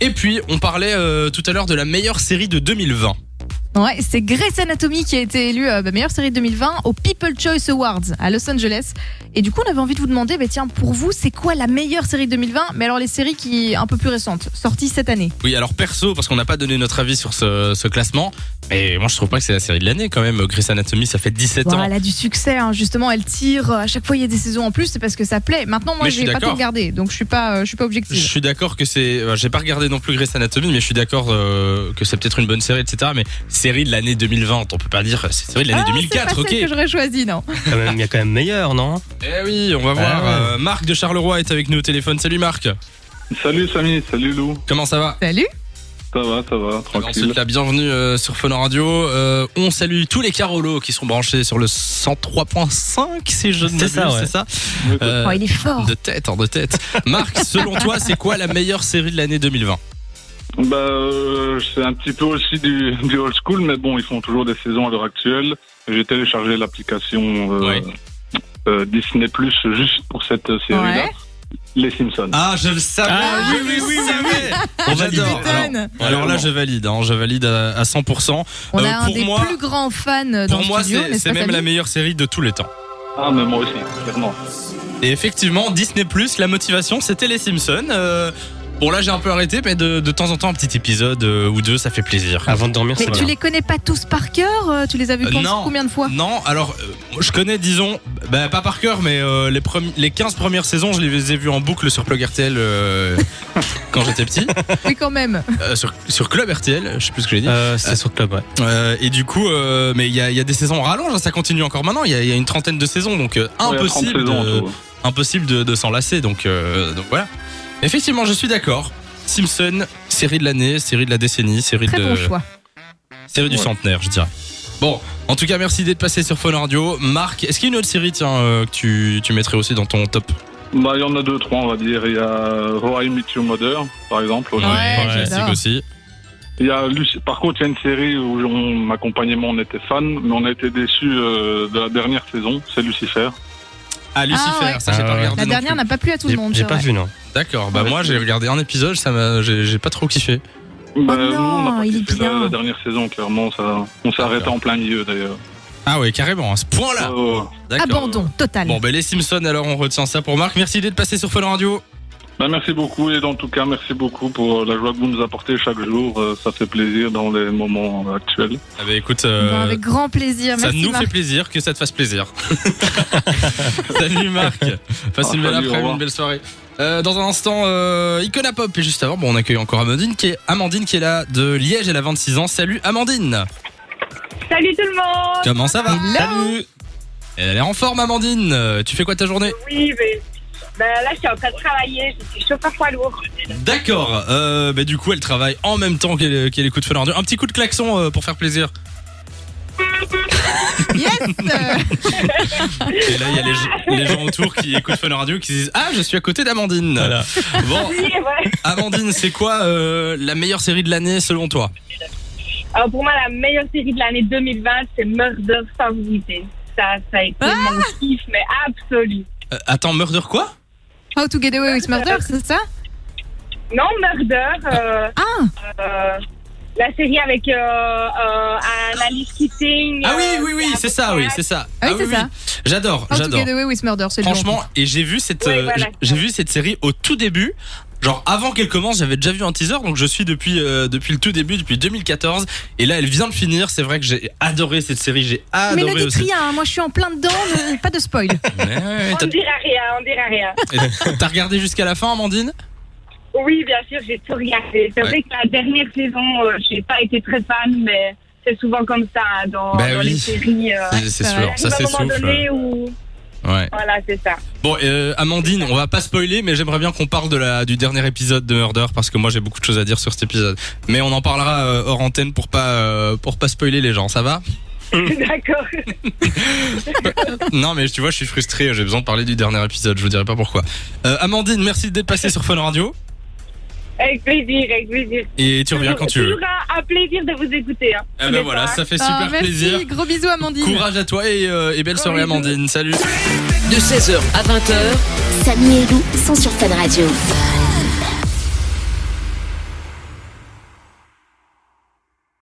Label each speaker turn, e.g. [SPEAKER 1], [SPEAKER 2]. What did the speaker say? [SPEAKER 1] Et puis, on parlait euh, tout à l'heure de la meilleure série de 2020.
[SPEAKER 2] Ouais, c'est Grey's Anatomy qui a été élue euh, bah, meilleure série de 2020 au People Choice Awards à Los Angeles. Et du coup, on avait envie de vous demander, bah, tiens, pour vous, c'est quoi la meilleure série de 2020 Mais alors les séries qui un peu plus récentes, sorties cette année.
[SPEAKER 1] Oui, alors perso, parce qu'on n'a pas donné notre avis sur ce, ce classement, mais moi je trouve pas que c'est la série de l'année quand même. Grey's Anatomy, ça fait 17
[SPEAKER 2] Voilà,
[SPEAKER 1] ans.
[SPEAKER 2] elle a du succès, hein, justement, elle tire. À chaque fois, il y a des saisons en plus, c'est parce que ça plaît. Maintenant, moi,
[SPEAKER 1] Mais je suis
[SPEAKER 2] j'ai pas tout
[SPEAKER 1] d'accord.
[SPEAKER 2] regardé, donc je suis pas, euh, je suis pas
[SPEAKER 1] Je
[SPEAKER 2] objective.
[SPEAKER 1] suis d'accord que c'est. euh, J'ai pas regardé non plus Grey's Anatomy, mais je suis d'accord euh, que c'est peut-être une bonne série, etc. Mais série de l'année 2020, on peut pas dire euh, c'est série de l'année
[SPEAKER 2] Ah, c'est
[SPEAKER 1] 2004,
[SPEAKER 2] pas
[SPEAKER 1] ok
[SPEAKER 2] celle que j'aurais choisi, non.
[SPEAKER 3] Quand même, Il y a quand même meilleur, non
[SPEAKER 1] Eh oui, on va voir.
[SPEAKER 3] ouais.
[SPEAKER 1] euh, Marc de Charleroi est avec nous au téléphone. Salut Marc,
[SPEAKER 4] Salut Samy, salut Lou,
[SPEAKER 1] comment ça va
[SPEAKER 2] Salut.
[SPEAKER 4] ça va, ça va,
[SPEAKER 1] On se
[SPEAKER 4] tranquille.
[SPEAKER 1] la bienvenue euh, sur Fun Radio. Euh, on salue tous les Carolos qui sont branchés sur le 103.5, si je ne
[SPEAKER 3] C'est
[SPEAKER 1] m'abuse,
[SPEAKER 3] ça, ouais.
[SPEAKER 1] c'est ça
[SPEAKER 4] Oui,
[SPEAKER 1] Euh,
[SPEAKER 2] Oh, il est fort.
[SPEAKER 1] De tête, hors de tête. Marc, selon toi, c'est quoi la meilleure série de l'année 2020
[SPEAKER 4] Bah, euh, c'est un petit peu aussi du, du old school, mais bon, ils font toujours des saisons à l'heure actuelle. J'ai téléchargé l'application euh,
[SPEAKER 1] Ouais.
[SPEAKER 4] euh, Disney Plus juste pour cette euh, série-là.
[SPEAKER 2] Ouais.
[SPEAKER 4] Les Simpsons.
[SPEAKER 1] Ah, je le savais
[SPEAKER 3] Ah,
[SPEAKER 1] oui, oui, oui, On valide.
[SPEAKER 2] J'adore.
[SPEAKER 1] Alors, euh, alors là, je valide, hein, je valide à, à 100%.
[SPEAKER 2] On
[SPEAKER 1] Euh,
[SPEAKER 2] a un
[SPEAKER 1] pour
[SPEAKER 2] des
[SPEAKER 1] moi-
[SPEAKER 2] plus grands fans dans
[SPEAKER 1] Pour
[SPEAKER 2] le
[SPEAKER 1] moi,
[SPEAKER 2] studio,
[SPEAKER 1] c'est
[SPEAKER 2] n'est-ce
[SPEAKER 1] c'est
[SPEAKER 2] pas,
[SPEAKER 1] même la
[SPEAKER 2] Samy
[SPEAKER 1] meilleure série de tous les temps.
[SPEAKER 4] Ah, mais moi aussi, clairement.
[SPEAKER 1] Et effectivement, Disney Plus, la motivation, c'était les Simpsons. Euh, bon, là, j'ai un peu arrêté, mais de, de temps en temps, un petit épisode euh, ou deux, ça fait plaisir.
[SPEAKER 3] Avant de dormir,
[SPEAKER 2] Mais
[SPEAKER 3] c'est
[SPEAKER 2] tu
[SPEAKER 3] bien.
[SPEAKER 2] les connais pas tous par cœur euh, Tu les as vus
[SPEAKER 1] Euh,
[SPEAKER 2] quand-
[SPEAKER 1] non.
[SPEAKER 2] combien de fois
[SPEAKER 1] Non, alors euh, je connais, disons, bah, pas par cœur, mais euh, les, premi- les 15 premières saisons, je les ai vues en boucle sur Plug RTL euh, quand j'étais petit,
[SPEAKER 2] Mais quand même.
[SPEAKER 1] Euh, sur, sur Club RTL, je sais plus ce que j'ai dit.
[SPEAKER 3] Euh, c'est sur le club, ouais.
[SPEAKER 1] Euh, et du coup, euh, mais il y a, il y a des saisons en rallonge, hein, ça continue encore maintenant, il y, a- il y a une trentaine de saisons, donc euh,
[SPEAKER 4] Ouais, 30
[SPEAKER 1] impossible,
[SPEAKER 4] saisons en
[SPEAKER 1] de,
[SPEAKER 4] tout.
[SPEAKER 1] impossible de, de s'en lasser, donc, euh, donc voilà. Effectivement, je suis d'accord. Simpson, série de l'année, série de la décennie, série
[SPEAKER 2] Très
[SPEAKER 1] de...
[SPEAKER 2] bon choix.
[SPEAKER 1] Série du
[SPEAKER 4] Ouais.
[SPEAKER 1] centenaire, je dirais. Bon, en tout cas, merci d'être passé sur Phone Radio. Marc, est-ce qu'il y a une autre série tiens, euh, que tu, tu mettrais aussi dans ton top
[SPEAKER 4] Bah, il y en a deux, trois, on va dire. Il y a Roy Meet Your Mother, par exemple.
[SPEAKER 2] Ouais,
[SPEAKER 1] classique
[SPEAKER 2] j'adore.
[SPEAKER 1] aussi.
[SPEAKER 4] Il y a Lucie- Par contre, il y a une série où on, accompagnement, on était fan, mais on a été déçus euh, de la dernière saison, c'est Lucifer.
[SPEAKER 1] Ah, Lucifer,
[SPEAKER 2] Ah ouais.
[SPEAKER 1] ça j'ai
[SPEAKER 3] Ah
[SPEAKER 1] pas
[SPEAKER 3] ouais.
[SPEAKER 1] regardé.
[SPEAKER 2] La
[SPEAKER 1] non
[SPEAKER 2] dernière
[SPEAKER 1] plus.
[SPEAKER 2] n'a pas plu à tout le
[SPEAKER 3] J'ai
[SPEAKER 2] monde.
[SPEAKER 3] j'ai
[SPEAKER 2] c'est
[SPEAKER 3] pas
[SPEAKER 2] vrai.
[SPEAKER 3] vu, non.
[SPEAKER 1] D'accord, bah moi j'ai regardé un épisode, ça m'a, j'ai, j'ai pas trop kiffé.
[SPEAKER 4] Bah,
[SPEAKER 2] Oh non,
[SPEAKER 4] nous, on a pas
[SPEAKER 2] il
[SPEAKER 4] kiffé
[SPEAKER 2] est
[SPEAKER 4] la-
[SPEAKER 2] bien.
[SPEAKER 4] La, dernière saison, clairement, ça, on s'est arrêté en plein milieu d'ailleurs.
[SPEAKER 1] Ah ouais, carrément, à ce point-là.
[SPEAKER 4] Oh,
[SPEAKER 2] Ah,
[SPEAKER 1] D'accord.
[SPEAKER 2] Abandon total.
[SPEAKER 1] Bon, bah les Simpsons, alors on retient ça pour Marc. Merci d'être passé sur Phone Radio.
[SPEAKER 4] bah, merci beaucoup et en tout cas, merci beaucoup pour la joie que vous nous apportez chaque jour. Euh, ça fait plaisir dans les moments euh, actuels.
[SPEAKER 1] Ah bah écoute,
[SPEAKER 2] Ben,
[SPEAKER 1] euh,
[SPEAKER 2] avec grand plaisir.
[SPEAKER 1] ça
[SPEAKER 2] Ah, Merci
[SPEAKER 1] nous
[SPEAKER 2] Marc.
[SPEAKER 1] fait plaisir que ça te fasse plaisir. salut Marc, passe
[SPEAKER 4] Ah,
[SPEAKER 1] une belle
[SPEAKER 4] salut, au
[SPEAKER 1] après-midi,
[SPEAKER 4] revoir.
[SPEAKER 1] une belle soirée. Euh, dans un instant, euh, Icona Pop. Et juste avant, bon, on accueille encore Amandine qui est Amandine qui est là de Liège. Elle a 26 ans. Salut Amandine.
[SPEAKER 5] Salut tout le monde
[SPEAKER 1] Comment ça va
[SPEAKER 2] Hello.
[SPEAKER 1] Salut. Elle est en forme, Amandine. Euh, Tu fais quoi de ta journée
[SPEAKER 5] Oui, mais ben là, je suis en train de travailler, je suis chauffeur poids lourd.
[SPEAKER 1] D'accord. Euh, bah, du coup, elle travaille en même temps qu'elle euh, qu'elle écoute Fun Radio. Un petit coup de klaxon euh, pour faire plaisir.
[SPEAKER 2] Yes euh,
[SPEAKER 1] Et là, il y a les, gens- les gens autour qui écoutent Fun Radio qui disent Ah, je suis à côté d'Amandine.
[SPEAKER 3] Voilà.
[SPEAKER 1] Bon,
[SPEAKER 5] Oui, ouais.
[SPEAKER 1] Amandine, c'est quoi euh, la meilleure série de l'année selon toi
[SPEAKER 5] Alors pour moi, la meilleure série de l'année 2020, c'est Murder sans hésiter. Ça, ça a été
[SPEAKER 1] Ah!
[SPEAKER 5] mon kiff, mais absolu.
[SPEAKER 1] Euh, Attends, Murder quoi
[SPEAKER 2] How to get away with murder, c'est ça
[SPEAKER 5] Non, Murder, euh,
[SPEAKER 2] Ah.
[SPEAKER 5] euh, la série avec euh, euh, Annalise Keating.
[SPEAKER 1] Ah oui,
[SPEAKER 5] euh,
[SPEAKER 1] oui, oui,
[SPEAKER 5] avec
[SPEAKER 1] c'est ça,
[SPEAKER 5] Jack.
[SPEAKER 1] oui, c'est ça.
[SPEAKER 2] Ah oui, c'est ça.
[SPEAKER 1] J'adore,
[SPEAKER 2] How to
[SPEAKER 1] j'adore.
[SPEAKER 2] get away with murder, c'est le
[SPEAKER 1] Franchement, et j'ai vu cette,
[SPEAKER 5] Oui,
[SPEAKER 1] euh,
[SPEAKER 5] voilà,
[SPEAKER 1] j-
[SPEAKER 5] c'est
[SPEAKER 1] j'ai
[SPEAKER 5] vrai.
[SPEAKER 1] vu cette série au tout début. Genre avant qu'elle commence, j'avais déjà vu un teaser, donc je suis depuis euh, depuis le tout début, depuis 2014. Et là, elle vient de finir. C'est vrai que j'ai adoré cette série, j'ai
[SPEAKER 2] bon. Mais
[SPEAKER 1] adoré
[SPEAKER 2] ne dites
[SPEAKER 1] aussi.
[SPEAKER 2] rien, hein, moi je suis en plein dedans, ne- pas de spoil.
[SPEAKER 1] Ouais, ouais,
[SPEAKER 5] On ne dira rien, on ne dira rien.
[SPEAKER 1] t'as- T'as regardé jusqu'à la fin, Amandine
[SPEAKER 5] Oui, bien sûr, j'ai tout regardé. C'est
[SPEAKER 1] Ouais.
[SPEAKER 5] vrai que la dernière saison, euh, j'ai pas été très fan, mais c'est souvent comme ça hein, dans,
[SPEAKER 1] Bah
[SPEAKER 5] dans
[SPEAKER 1] oui.
[SPEAKER 5] les séries. euh,
[SPEAKER 1] C'est- C'est sûr, ça
[SPEAKER 5] arrive un moment
[SPEAKER 1] s'essouffle.
[SPEAKER 5] donné où,
[SPEAKER 1] Ouais.
[SPEAKER 5] voilà, c'est ça.
[SPEAKER 1] Bon, euh, Amandine, on va pas spoiler, mais j'aimerais bien qu'on parle de la, du dernier épisode de Murder parce que moi j'ai beaucoup de choses à dire sur cet épisode. Mais on en parlera euh, hors antenne pour pas euh, pour pas spoiler les gens, ça va Hmm.
[SPEAKER 5] D'accord.
[SPEAKER 1] Non, mais tu vois, je suis frustré. J'ai besoin de parler du dernier épisode. Je vous dirai pas pourquoi. Euh, Amandine, merci d'être passée sur Fun Radio
[SPEAKER 5] Avec plaisir, avec plaisir.
[SPEAKER 1] et tu reviens quand tu veux.
[SPEAKER 5] Toujours un, un plaisir de vous écouter. Hein.
[SPEAKER 1] Eh ben voilà, ça fait
[SPEAKER 2] Ah,
[SPEAKER 1] super
[SPEAKER 2] merci,
[SPEAKER 1] plaisir.
[SPEAKER 2] gros bisous Amandine.
[SPEAKER 1] Courage à toi et, euh, et belle soirée,
[SPEAKER 5] Gros bisous.
[SPEAKER 1] Amandine. Salut.
[SPEAKER 6] De 16h à 20h,
[SPEAKER 7] Samy et Lou sont sur Fan Radio.